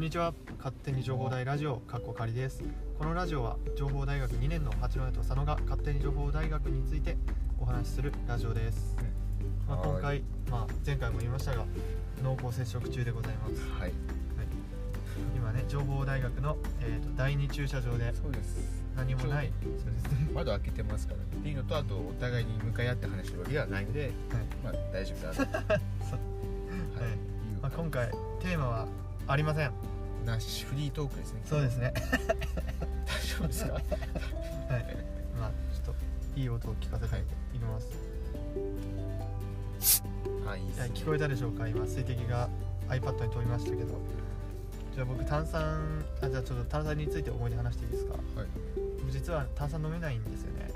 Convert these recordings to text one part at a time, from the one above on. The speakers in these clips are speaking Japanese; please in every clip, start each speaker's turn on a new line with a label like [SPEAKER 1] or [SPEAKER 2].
[SPEAKER 1] にちは勝手に情報大ラジオかっこかりですこのラジオは情報大学2年の八戸と佐野が勝手に情報大学についてお話しするラジオです、まあ、
[SPEAKER 2] はい
[SPEAKER 1] 今回、まあ、前回も言いましたが濃厚接触中でございます、
[SPEAKER 2] はい
[SPEAKER 1] はい今ね情報大学の、えーと第2駐車場で
[SPEAKER 2] そうです
[SPEAKER 1] 何もないそうですね、
[SPEAKER 2] 窓開けてますからっていうのとあとお互いに向かい合って話してるわけではないんで
[SPEAKER 1] はい
[SPEAKER 2] まあ大丈夫だはい
[SPEAKER 1] そうはい
[SPEAKER 2] いう
[SPEAKER 1] まあ、今回テーマはありません
[SPEAKER 2] なしフリートークですね
[SPEAKER 1] そうですね
[SPEAKER 2] 大丈夫ですか
[SPEAKER 1] はい まあちょっといい音を聞かせていきます、
[SPEAKER 2] はいいいで
[SPEAKER 1] はい、
[SPEAKER 2] すね
[SPEAKER 1] 聞こえたでしょうか今水滴が iPad に飛びましたけどじゃあ僕炭酸あじゃあちょっと炭酸について思い出話していいですか
[SPEAKER 2] はい
[SPEAKER 1] 実は炭酸飲めないんですよね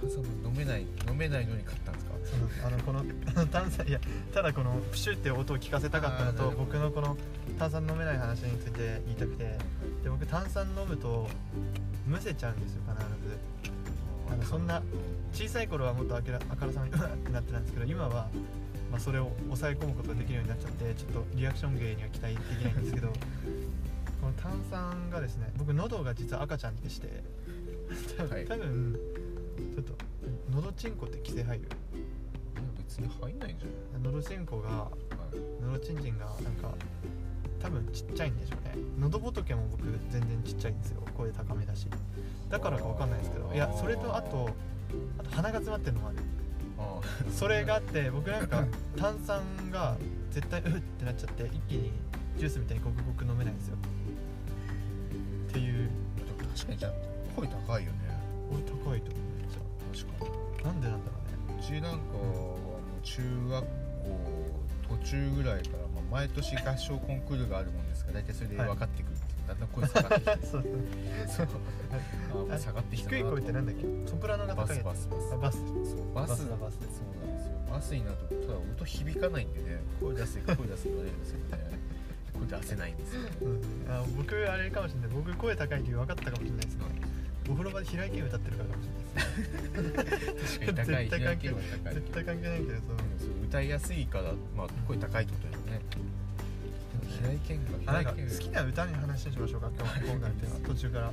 [SPEAKER 2] 炭酸も飲めない飲めないのに買ったんですか
[SPEAKER 1] あのこの炭酸いやただこのプシュって音を聞かせたかったの
[SPEAKER 2] あーな
[SPEAKER 1] と
[SPEAKER 2] るほ
[SPEAKER 1] 僕のこの炭酸飲めない話について言いたくてで僕炭酸飲むとむせちゃうんですよ必ずあのそんな小さい頃はもっとあけらあからさまにってなってたんですけど今は、まあ、それを抑え込むことができるようになっちゃってちょっとリアクション芸には期待できないんですけど この炭酸がですね僕喉が実は赤ちゃんでして多分,、
[SPEAKER 2] はい
[SPEAKER 1] 多分ちょっと喉チンコって規制入る
[SPEAKER 2] 別に入んないんじゃ
[SPEAKER 1] 喉チンコが
[SPEAKER 2] ないはい
[SPEAKER 1] 喉チンチンがなんか多分ちっちゃいんでしょうね喉仏も僕全然ちっちゃいんですよ声高めだしだからかわかんないですけどいやそれとあとあと鼻が詰まってるのもある
[SPEAKER 2] あ
[SPEAKER 1] それがあって僕なん か炭酸が絶対うっってなっちゃって一気にジュースみたいにごくごく飲めないんですよっていう
[SPEAKER 2] ーでも確かにじゃあ声高いよね
[SPEAKER 1] 俺高いと思うじ
[SPEAKER 2] 確かに
[SPEAKER 1] ゃなんでなんだろうね
[SPEAKER 2] うちなんかはもう中学校途中ぐらいから、まあ、毎年合唱コンクールがあるもんですから大体それで分かってくるって、だんだん声下が ってきて
[SPEAKER 1] そう
[SPEAKER 2] そうあもう下がってきた
[SPEAKER 1] 低い声ってなん
[SPEAKER 2] だ
[SPEAKER 1] だっけソプラノが
[SPEAKER 2] バ
[SPEAKER 1] 高い
[SPEAKER 2] ス
[SPEAKER 1] や
[SPEAKER 2] バスバ
[SPEAKER 1] つ
[SPEAKER 2] ス
[SPEAKER 1] あバス
[SPEAKER 2] そうバス
[SPEAKER 1] バスだバスだ
[SPEAKER 2] そうなんですよバスになるとただ音響かないんでね声出せ声出せ言われるんですよね声出せないんですよね
[SPEAKER 1] うんあ僕あれかもしれない僕声高い理由分かったかもしれないですねお風呂場で平井堅歌ってるからかもしれないです
[SPEAKER 2] 確かに高
[SPEAKER 1] 絶
[SPEAKER 2] い
[SPEAKER 1] 対関係
[SPEAKER 2] 平井堅は高い
[SPEAKER 1] 絶対関係ないけどそう
[SPEAKER 2] でもそう歌いやすいから、まあ、声高いってことだよね平井堅
[SPEAKER 1] あ
[SPEAKER 2] が
[SPEAKER 1] なん
[SPEAKER 2] 平
[SPEAKER 1] か
[SPEAKER 2] 井堅
[SPEAKER 1] 好きな歌に話しましょうか今日今回っていうのは途中から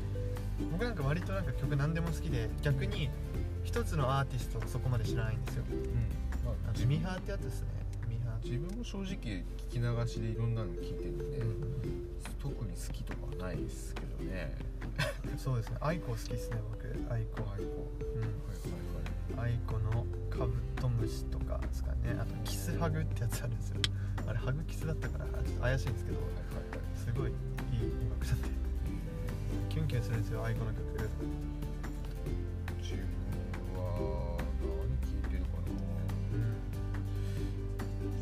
[SPEAKER 1] 僕なんか割となんか曲何でも好きで逆に一つのアーティストそこまで知らないんですよ
[SPEAKER 2] うんまあ
[SPEAKER 1] あのミハーってやつですねミハー
[SPEAKER 2] 自分も正直聞き流しでいろんなの聞いてるんで、特に好きとかはないですけどね
[SPEAKER 1] そうですねアイコ好きですね僕アイコ
[SPEAKER 2] 怖い怖い
[SPEAKER 1] う
[SPEAKER 2] 怖
[SPEAKER 1] んアイコのカブトムシとかですかねあとキスハグってやつあるんですよあれハグキスだったからちょっと怪しいんですけど
[SPEAKER 2] い怖い怖い
[SPEAKER 1] すごいいい音楽だってキュンキュンするんですよアイコの曲
[SPEAKER 2] 自分は何聞いてるか
[SPEAKER 1] う
[SPEAKER 2] なんい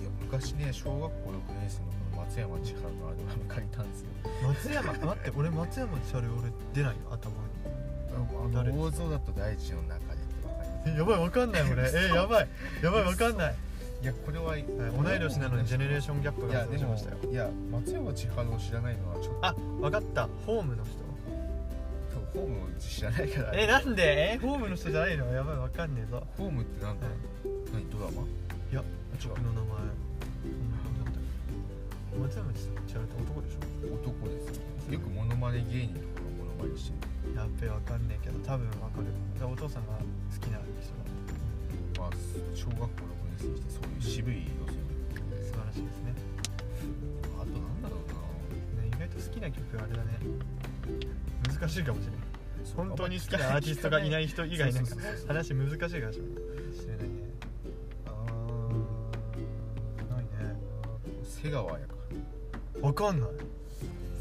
[SPEAKER 2] や昔ね小学校6年生の頃松山千春のアルバム借りたんですよ
[SPEAKER 1] 松山待って俺松山千春俺出ないよ頭に
[SPEAKER 2] あ
[SPEAKER 1] 誰
[SPEAKER 2] の大蔵だと大地の中でってわかります
[SPEAKER 1] えやばいわかんない俺えやばいやばいわかんない、
[SPEAKER 2] いやこれは、はい、
[SPEAKER 1] はい同い年なのにジェネレー
[SPEAKER 2] シ
[SPEAKER 1] ションギャップ
[SPEAKER 2] い
[SPEAKER 1] が
[SPEAKER 2] や
[SPEAKER 1] 発生
[SPEAKER 2] で
[SPEAKER 1] しま
[SPEAKER 2] も
[SPEAKER 1] したよ
[SPEAKER 2] いや松山千春を知らないのはちょっ
[SPEAKER 1] あわかったホームの人
[SPEAKER 2] とホームを知らないから
[SPEAKER 1] えなんでえホームの人じゃないのやばいわかんねえぞ
[SPEAKER 2] ホームってなんだ、何ドラマ
[SPEAKER 1] いや
[SPEAKER 2] あ違
[SPEAKER 1] 僕の名前松山千春って男でし
[SPEAKER 2] う男ですよよくモノマネ芸人とかがモノマネしてる
[SPEAKER 1] ょやっべわかんねえけど多分わかるだからお父さんが好きな人だ
[SPEAKER 2] まあ小学校6年生にしてそういう渋い要素
[SPEAKER 1] 素晴らしいですねね
[SPEAKER 2] あとなんだろうな
[SPEAKER 1] 意外と好きな曲あれだね難しいかもしれない
[SPEAKER 2] そう
[SPEAKER 1] 本当に好きなアーティストがいない人以外なんか
[SPEAKER 2] そうそうそうそう
[SPEAKER 1] 話難しいかもしれないしれないね
[SPEAKER 2] あ
[SPEAKER 1] ないね
[SPEAKER 2] ー瀬川綾香
[SPEAKER 1] わかんない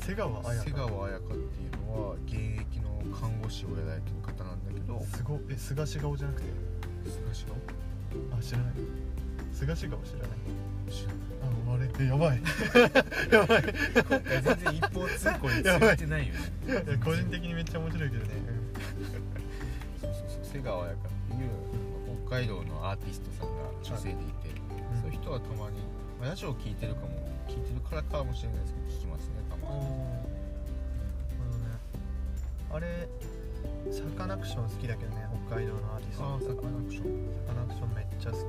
[SPEAKER 1] 瀬川綾香
[SPEAKER 2] 瀬川綾香っていうのは現役の看護師をやられてる方なんだけど
[SPEAKER 1] すごえ菅氏顔じゃなくて
[SPEAKER 2] 菅氏の
[SPEAKER 1] あ知らない菅氏顔知らない
[SPEAKER 2] 知らない
[SPEAKER 1] ああれえや ばいやばい
[SPEAKER 2] いや全然一方通行に
[SPEAKER 1] やばい
[SPEAKER 2] てないよね
[SPEAKER 1] いや個人的にめっちゃ面白いけどね
[SPEAKER 2] そうそうそう瀬川綾香っていう北海道のアーティストさんが女性でいて、
[SPEAKER 1] うん
[SPEAKER 2] そういう人はたまに、まあ、ラジオを聞いてるかも聞いてるからかもしれないですけど聞きますねた
[SPEAKER 1] お
[SPEAKER 2] ま
[SPEAKER 1] おー
[SPEAKER 2] に
[SPEAKER 1] なるほどねあれサカナクション好きだけどね北海道のアーティスト
[SPEAKER 2] ああサカナクション
[SPEAKER 1] サカナクションめっちゃ好き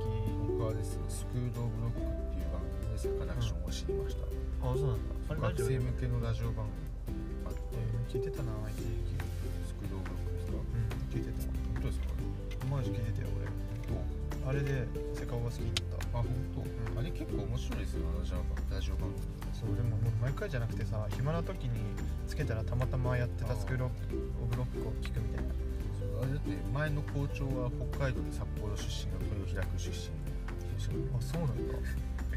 [SPEAKER 2] 僕はですねスクール・オブ・ロックっていう番組ででサカナクションを知りました、
[SPEAKER 1] あそうなんだあれラジ
[SPEAKER 2] 学
[SPEAKER 1] オで
[SPEAKER 2] 生向けのラジオ番組があって
[SPEAKER 1] えー聞いてたなあいつ
[SPEAKER 2] スクールオブロックですか
[SPEAKER 1] うん聞いてた
[SPEAKER 2] 本当ですか
[SPEAKER 1] マジ聞いてたよ
[SPEAKER 2] どう
[SPEAKER 1] 俺あれでセカオワ好きになった
[SPEAKER 2] あ本当、
[SPEAKER 1] うん
[SPEAKER 2] あれ結構面白いですよラジオ番組ラジオ番組
[SPEAKER 1] そうでももう毎回じゃなくてさ暇な時につけたらたまたまやってたスクールオブロックを聞くみたいな
[SPEAKER 2] あれだって前の校長は北海道で札幌出身の豊平区出身でしたよね
[SPEAKER 1] あそうなんだ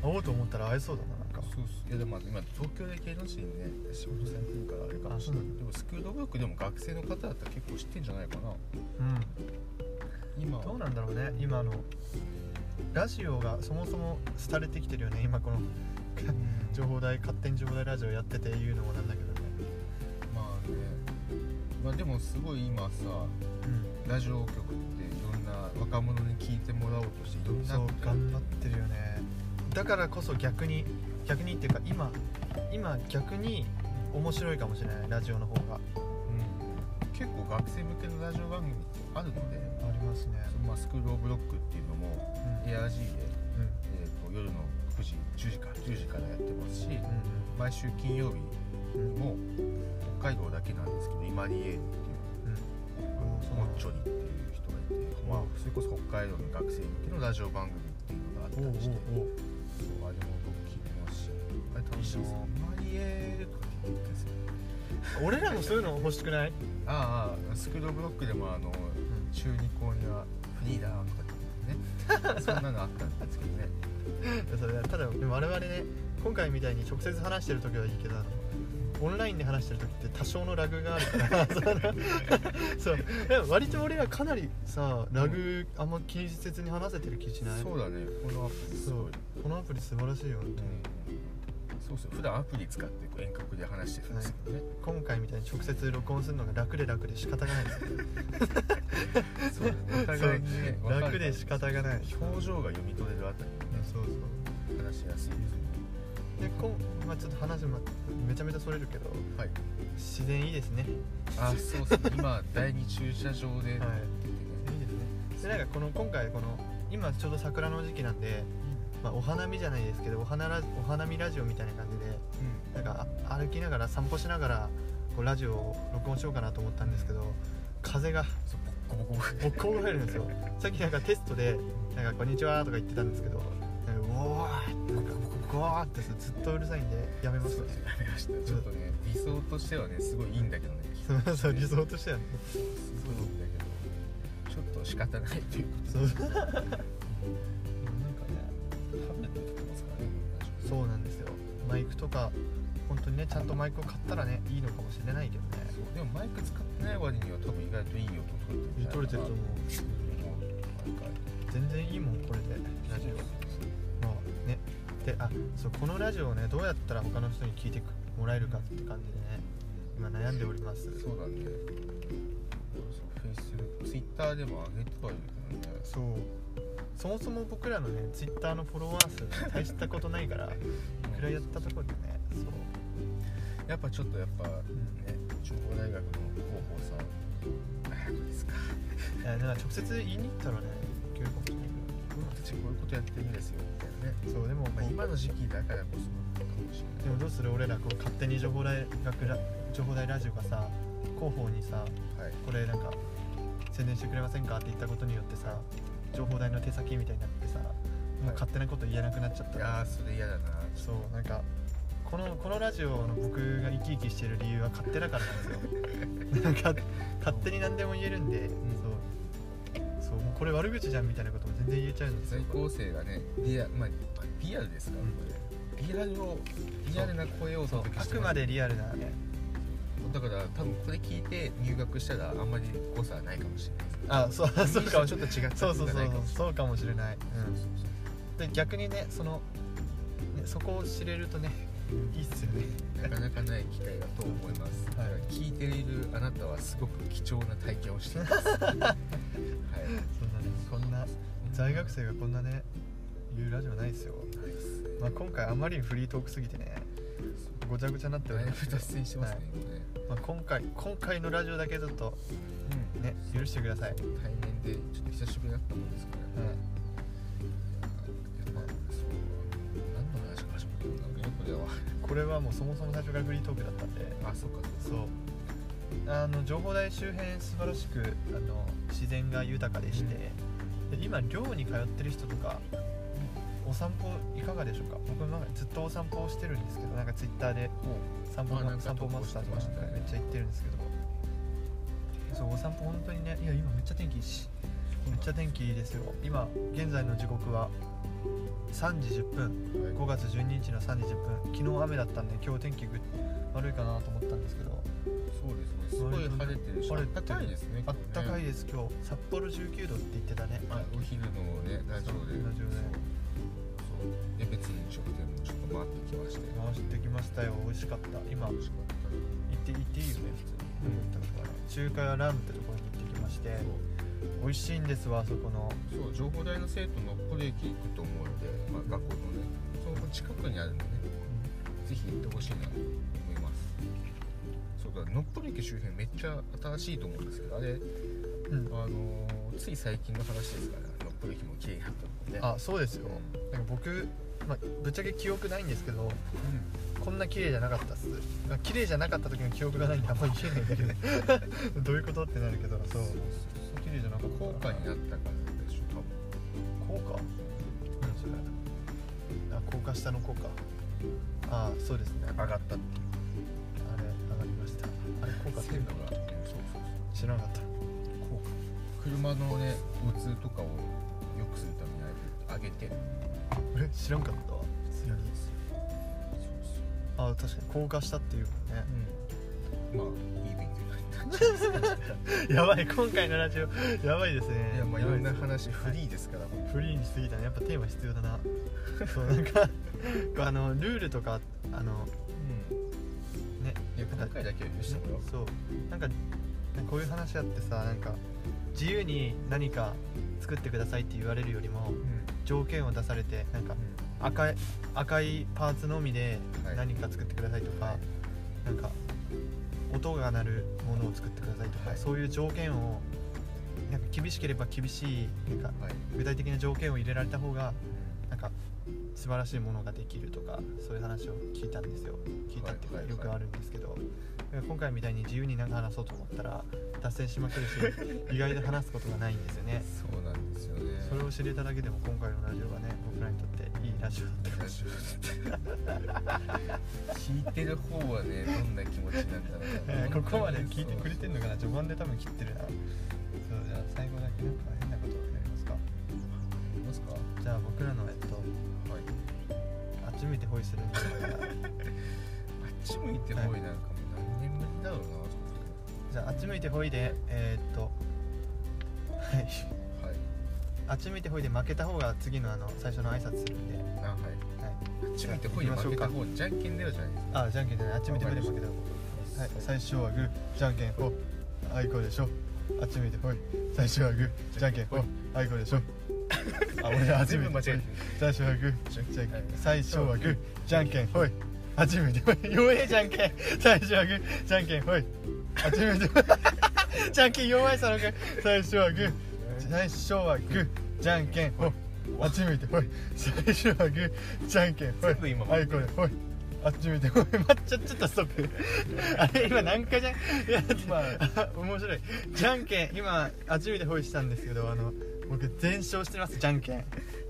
[SPEAKER 1] 会おうと思ったら会えそうだななんか
[SPEAKER 2] そうそういやでもまあ今東京で芸能人ね仕事されてるからあれかも
[SPEAKER 1] あ
[SPEAKER 2] し
[SPEAKER 1] そ
[SPEAKER 2] れ
[SPEAKER 1] う
[SPEAKER 2] な
[SPEAKER 1] ないん
[SPEAKER 2] でもスクールオブロックでも学生の方だったら結構知ってんじゃないかな
[SPEAKER 1] うん
[SPEAKER 2] 今
[SPEAKER 1] どうなんだろうね今あのラジオがそもそも廃れてきてるよね今この
[SPEAKER 2] うん
[SPEAKER 1] 情報台勝手に情報台ラジオやってて言うのもなんだけどね
[SPEAKER 2] まあねまあでもすごい今さ
[SPEAKER 1] うん
[SPEAKER 2] ラジオ局っていろんな若者に聞いてもらおうとしていろんな
[SPEAKER 1] そう
[SPEAKER 2] ことやって
[SPEAKER 1] 頑張ってるよねだからこそ逆に逆にっていうか今今逆に面白いかもしれないラジオの方が
[SPEAKER 2] うん、結構学生向けのラジオ番組ってあるので、
[SPEAKER 1] ありますね
[SPEAKER 2] そのまあ、スクールオブロックっていうの
[SPEAKER 1] う
[SPEAKER 2] も
[SPEAKER 1] ん
[SPEAKER 2] ARG で、
[SPEAKER 1] うん
[SPEAKER 2] えー、と夜の9時10時から10時からやってますし、毎週金曜日
[SPEAKER 1] うんうんうん
[SPEAKER 2] も北海道だけなんですけどイマリエっていう
[SPEAKER 1] うんそう
[SPEAKER 2] モ
[SPEAKER 1] なの
[SPEAKER 2] ッチョリっていう人がいて、まあ
[SPEAKER 1] うん、
[SPEAKER 2] それこそ北海道の学生向けのラジオ番組っていうのがあった
[SPEAKER 1] おうおう
[SPEAKER 2] りして
[SPEAKER 1] おう
[SPEAKER 2] そうあれも僕聞いてますしあれ楽しいで
[SPEAKER 1] い
[SPEAKER 2] す
[SPEAKER 1] いな
[SPEAKER 2] ねイマリエとかって言ってるんですよ
[SPEAKER 1] 俺らもそういうの欲しくない、
[SPEAKER 2] ああスクールオブロックでもあの中二校にはフリーダーとかって ねそんなのあったんですけどね
[SPEAKER 1] それただでも我々ね今回みたいに直接話してる時はいいけどあのオンラインで話してる時って多少のラグがあるからそのそうでも割と俺らかなりさラグあんま気にせずに話せてる気しない
[SPEAKER 2] そうだねこのアプリすごい、
[SPEAKER 1] このアプリ素晴らしいよ本
[SPEAKER 2] そうそう普段アプリ使ってこう遠隔で話してるんですけどね、
[SPEAKER 1] 当に今回みたいに直接録音するのが楽で楽で仕方がないです
[SPEAKER 2] そうだねお互いにね分かる
[SPEAKER 1] 楽で仕方がない
[SPEAKER 2] 表情が読み取れるあたり
[SPEAKER 1] うんそうそう
[SPEAKER 2] が話しやすいですよね
[SPEAKER 1] でこん、まあ、ちょっと話もめちゃめちゃそれるけど
[SPEAKER 2] はい
[SPEAKER 1] 自然いいですね
[SPEAKER 2] あそうそう今第二駐車場で、
[SPEAKER 1] はいい
[SPEAKER 2] ね
[SPEAKER 1] いですねでなんかこの今回この今ちょうど桜の時期なんで、まあ、お花見じゃないですけどお花ラお花見ラジオみたいな感じでなんかあ歩きながら散歩しながらこうラジオを録音しようかなと思ったんですけど風が
[SPEAKER 2] そうボッコボコ
[SPEAKER 1] ボッコボコ入るんです よさっきなんかテストで「なんかこんにちは」とか言ってたんですけどなんかうわーなんかゴワーってずっとうるさいんでやめました
[SPEAKER 2] そう
[SPEAKER 1] ね
[SPEAKER 2] やりましたちょっとね理想としてはねすごいいいんだけどね
[SPEAKER 1] そう そう理想としてはね
[SPEAKER 2] すごいいいんだけどちょっと仕方ないというか
[SPEAKER 1] そう
[SPEAKER 2] なんかねタブレットで撮ってますからね う
[SPEAKER 1] そうなんですよマイクとか本当にねちゃんとマイクを買ったらねいいのかもしれないけどね
[SPEAKER 2] そうでもマイク使ってない割には多分意外といい音取れてるんじゃないかな
[SPEAKER 1] 思う
[SPEAKER 2] 毎回
[SPEAKER 1] 全然いいもんこれでラジオまあねであそうこのラジオをねどうやったら他の人に聞いてもらえるかって感じでね今悩んでおります
[SPEAKER 2] そうだねフェイスブックツイッターでも上げてはいるけどね
[SPEAKER 1] そうそもそも僕らのねツイッターのフォロワー数大したことないからいくらやったところでねそう
[SPEAKER 2] やっぱちょっとやっぱね中央大学の広報さん早くですか
[SPEAKER 1] いやだから直接言いに行ったらねいけるかもしれない
[SPEAKER 2] 僕たちこういうことやってるんですよみたいなね
[SPEAKER 1] けどそうでも、
[SPEAKER 2] まあ、
[SPEAKER 1] 今
[SPEAKER 2] 今の時期だからこそかもしれ
[SPEAKER 1] で
[SPEAKER 2] ない
[SPEAKER 1] もどうする俺らこう勝手に情報大学ラ情報大ラジオがさ広報にさ
[SPEAKER 2] はい
[SPEAKER 1] これなんか宣伝してくれませんかって言ったことによってさ情報台の手先みたいになってさもう
[SPEAKER 2] はい
[SPEAKER 1] 勝手なこと言えなくなっちゃった
[SPEAKER 2] い
[SPEAKER 1] ら、
[SPEAKER 2] やーそれ嫌だな
[SPEAKER 1] そうなんかこのこのラジオの僕が生き生きしてる理由は勝手だからなん ですよなんか勝手に何でも言えるんで、そうそうもうこれ悪口じゃんみたいなことも全然言えちゃうんですよ
[SPEAKER 2] 在校生がねリア,、まあ、リアルですからこれリアルをリアルな声をお
[SPEAKER 1] そう
[SPEAKER 2] 届け
[SPEAKER 1] あ
[SPEAKER 2] して
[SPEAKER 1] く
[SPEAKER 2] す
[SPEAKER 1] までリアルなね
[SPEAKER 2] だから多分これ聞いて入学したらあんまり誤差はないかもしれないです
[SPEAKER 1] あそうそうかもし
[SPEAKER 2] ちょ
[SPEAKER 1] れ
[SPEAKER 2] っ
[SPEAKER 1] ない
[SPEAKER 2] と違った
[SPEAKER 1] そうそう
[SPEAKER 2] じゃ
[SPEAKER 1] そう
[SPEAKER 2] ないかもしれない
[SPEAKER 1] そうかもしれない、うん
[SPEAKER 2] そうそう
[SPEAKER 1] で逆にねそのねそこを知れるとねいいっすよね
[SPEAKER 2] そうなかなかない機会だと思います、
[SPEAKER 1] はい
[SPEAKER 2] だから聞いているあなたはすごく貴重な体験をしています はい
[SPEAKER 1] そんなねこんな在学生がこんなね言うラジオないですよ、
[SPEAKER 2] ないですね
[SPEAKER 1] まあ、今回あまりにフリートークすぎてねごちゃごちゃになってお
[SPEAKER 2] だ
[SPEAKER 1] り
[SPEAKER 2] い
[SPEAKER 1] ま
[SPEAKER 2] ぶ
[SPEAKER 1] すけど
[SPEAKER 2] 脱線してますね、
[SPEAKER 1] はい
[SPEAKER 2] 今ね
[SPEAKER 1] まあ、今回今回のラジオだけちょっとね許してください
[SPEAKER 2] そう対面でちょっと久しぶりだったもんですからね、
[SPEAKER 1] はい
[SPEAKER 2] いやーまあそう何の話かクだわ
[SPEAKER 1] これはもうそもそも最初からフリートークだったんで
[SPEAKER 2] あそっか
[SPEAKER 1] そうあの情報台周辺素晴らしくあの自然が豊かでして、で今寮に通ってる人とかお散歩いかがでしょうか僕なんかずっとお散歩をしてるんですけどなんかツイッターで散歩
[SPEAKER 2] あなんか
[SPEAKER 1] 散歩マスターとかなんかめっちゃ行ってるんですけどそうお散歩本当にねいや今めっちゃ天気いいしめっちゃ天気いいですよ今現在の時刻は3時10分5月12日の3時10分昨日雨だったんで今日天気ぐ悪いかなと思ったんですけど
[SPEAKER 2] そうですねすごい晴れてるし
[SPEAKER 1] 晴
[SPEAKER 2] あ
[SPEAKER 1] れ
[SPEAKER 2] って
[SPEAKER 1] る
[SPEAKER 2] たかいですね
[SPEAKER 1] あったかい
[SPEAKER 2] い
[SPEAKER 1] です今日札幌19度って言ってたね
[SPEAKER 2] お昼のねラジオで
[SPEAKER 1] ラジオで
[SPEAKER 2] そうそうで別に飲食店もちょっと回ってきまして
[SPEAKER 1] 回してきましたよ美味しかった今行
[SPEAKER 2] 美味しかった
[SPEAKER 1] って行っていいよね普通にだ
[SPEAKER 2] うん
[SPEAKER 1] から中華屋ランってところに行ってきまして美味しいんですわあそこの
[SPEAKER 2] そうそう情報大の生徒のこれ駅行くと思うので、まあ、学校のねその近くにあるのねぜひ行ってほしいなと思いますそうだのっぽり駅周辺めっちゃ新しいと思うんですけどあれ
[SPEAKER 1] うん
[SPEAKER 2] あのーつい最近の話ですからのっぽり駅も綺麗になったもんね
[SPEAKER 1] あそうです
[SPEAKER 2] う
[SPEAKER 1] よ
[SPEAKER 2] ん
[SPEAKER 1] なんか僕、まあ、ぶっちゃけ記憶ないんですけどこんな綺麗じゃなかったっすまあ綺麗じゃなかった時の記憶がないんであんまり言えないんだけ どどういうことってなるけどそう綺麗じゃなかった
[SPEAKER 2] 高価になったからでしょ多分
[SPEAKER 1] 効果何それあ高架下の効果ああそうですねあ
[SPEAKER 2] 上がったっていう
[SPEAKER 1] れ上がりましたあれ効果ってい
[SPEAKER 2] 線
[SPEAKER 1] う
[SPEAKER 2] 路
[SPEAKER 1] の
[SPEAKER 2] がそうそう
[SPEAKER 1] 知らなかった
[SPEAKER 2] そう高価車のね交通とかを良くするためにあれ上げてる
[SPEAKER 1] え知らんかったわ普通に
[SPEAKER 2] そうそう
[SPEAKER 1] あ確かに高架下っていうのね
[SPEAKER 2] うんまあいい勉強になったん じゃ
[SPEAKER 1] やばい今回のラジオやばいですね
[SPEAKER 2] ないやまあい
[SPEAKER 1] ば
[SPEAKER 2] ろ
[SPEAKER 1] い
[SPEAKER 2] ん
[SPEAKER 1] で
[SPEAKER 2] な
[SPEAKER 1] す
[SPEAKER 2] 話フリーですから
[SPEAKER 1] フリーにしすぎたねやっぱテーマ必要だ なそうなんかあのルールとかあの
[SPEAKER 2] うん
[SPEAKER 1] ね
[SPEAKER 2] いや今回だけは許してもらおう
[SPEAKER 1] そうなんかなんかこういう話あってさなんか自由に何か作ってくださいって言われるよりも条件を出されてなんか赤い赤いパーツのみで
[SPEAKER 2] はい
[SPEAKER 1] 何か作ってくださいとか、
[SPEAKER 2] はい
[SPEAKER 1] なんか音が鳴るものを作ってくださいとか、
[SPEAKER 2] はい
[SPEAKER 1] そういう条件をなんか厳しければ厳しいなんか
[SPEAKER 2] はい
[SPEAKER 1] 具体的な条件を入れられた方がなんか素晴らしいものができるとかそういう話を聞いたんですよ聞いたっていう
[SPEAKER 2] は
[SPEAKER 1] か
[SPEAKER 2] いはい
[SPEAKER 1] よ
[SPEAKER 2] はい
[SPEAKER 1] くあるんですけど、だから今回みたいに自由に何か話そうと思ったら脱線しまくる し意外と話すことがないんですよね
[SPEAKER 2] そうなんですよね
[SPEAKER 1] それを知れただけでも今回のラジオはね僕らにとっていいラジオだったかもし
[SPEAKER 2] 聞いてる方はねどんな気持ちになったのか、
[SPEAKER 1] れないえ ーここまで聞いてくれてんのかな序盤で多分切ってるなそうじゃあ最後だけなんか変なことになりますか
[SPEAKER 2] ありますかは
[SPEAKER 1] じゃあ僕らのえっと
[SPEAKER 2] い
[SPEAKER 1] あっち向いてホイするんですけど
[SPEAKER 2] あっち向いてほいなんかもう何年ぶりだろうな
[SPEAKER 1] じゃああっち向いてホイでえーっとはい
[SPEAKER 2] はい
[SPEAKER 1] あっち向いてほいで負けた方が次のあの最初の挨拶するんで、はい、
[SPEAKER 2] あはいあっち向いてほいで負けた方じゃんけんだよじゃないですか
[SPEAKER 1] あじゃんけんじゃないあっち向いてほいで負けた方はい最初はグーじゃんけんほーあいこでしょあっち向いてほい最初はグーじゃんけんほーあいこで しょあ俺はあっち
[SPEAKER 2] 全
[SPEAKER 1] 向い
[SPEAKER 2] 部
[SPEAKER 1] て
[SPEAKER 2] 間
[SPEAKER 1] ほい最
[SPEAKER 2] 違えてる
[SPEAKER 1] 初はグーじゃんけん最初はグーじゃんけんほいあっち向いてほい弱えじゃんけん最初はグーじゃんけんほいあっち向いて ほいじゃんけん弱いそのグー最初はグー最初はグーじゃんけんほいあっち向いてほい最初はグーじゃんけんほい
[SPEAKER 2] 全部今
[SPEAKER 1] はいこれほいあっち向いてほい待っちょちょっとストップあれ今何回じゃんいや今面白いじゃんけん今あっち向いてほいしたんですけどあの僕全勝してますじゃんけん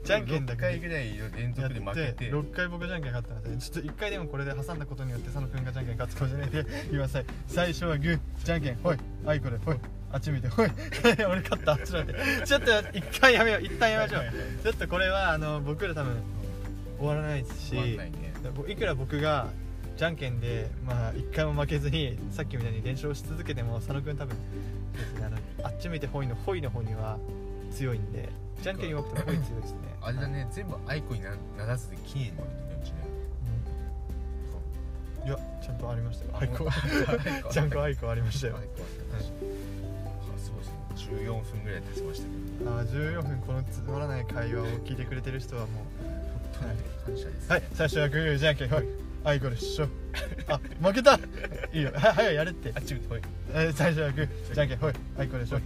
[SPEAKER 1] じゃんけんだ
[SPEAKER 2] 6
[SPEAKER 1] け
[SPEAKER 2] 回ぐらい連
[SPEAKER 1] やっ
[SPEAKER 2] 続で
[SPEAKER 1] て
[SPEAKER 2] 負けて
[SPEAKER 1] 6回僕じゃんけん勝ったのでちょっと1回でもこれで挟んだことによって佐野君がじゃんけん勝つかもしれないで言わせ最初はグーじゃんけんほいあいこれほいあっち向いてほい 俺勝ったあっち向いてちょっと1回やめよう一旦やめましょうちょっとこれはあの僕ら多分終わらないですし
[SPEAKER 2] 終わんないね
[SPEAKER 1] いくら僕がじゃんけんで、まあ、1回も負けずにさっきみたいに連勝し続けても佐野君多分別にあのあっち向いてほいのほいの方には強いんでじゃんけん弱くてもほい強いですね
[SPEAKER 2] あれだね全部アイコになならずで綺麗になるねうちね
[SPEAKER 1] いやちゃんとありましたよ
[SPEAKER 2] あ
[SPEAKER 1] アイコ
[SPEAKER 2] 本当だアイコン
[SPEAKER 1] ちゃんとアイコンありましたよ
[SPEAKER 2] アイコンありましたあすごいですね14分ぐらい経ちましたけど
[SPEAKER 1] あー14分このつまらない会話を聞いてくれてる人はも
[SPEAKER 2] 本当に感謝です
[SPEAKER 1] うはい最初はグーじゃんけんほいアイコンでしょあ負けたいいよは早いやれって
[SPEAKER 2] あっち向いてほい
[SPEAKER 1] えー最初はグーじゃんけんほいあいこでしょ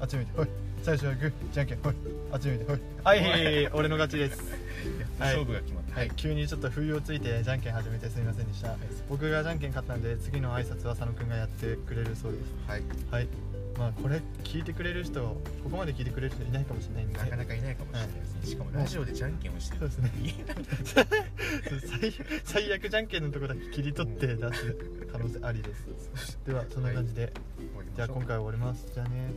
[SPEAKER 1] あっち向いてほい最初はグーじゃんけんほいあっち向いてほいはい俺の勝ちですはい
[SPEAKER 2] 勝負が決まった
[SPEAKER 1] はい、急にちょっと不意をついてじゃんけん始めてすみませんでした、僕がじゃんけん勝ったんで次の挨拶は佐野くんがやってくれるそうです
[SPEAKER 2] はい、
[SPEAKER 1] はいまあこれ聞いてくれる人ここまで聞いてくれる人いないかもしれないんで
[SPEAKER 2] なか なかいないかもしれないですね、しかもラジオでじゃんけんをしてる
[SPEAKER 1] そう ですね
[SPEAKER 2] 言えない
[SPEAKER 1] 最最悪じゃんけんのとこだけ切り取って出す可能性ありですではそんな感じで、
[SPEAKER 2] 終わりましょう
[SPEAKER 1] じゃあ今回は終わりますじゃあね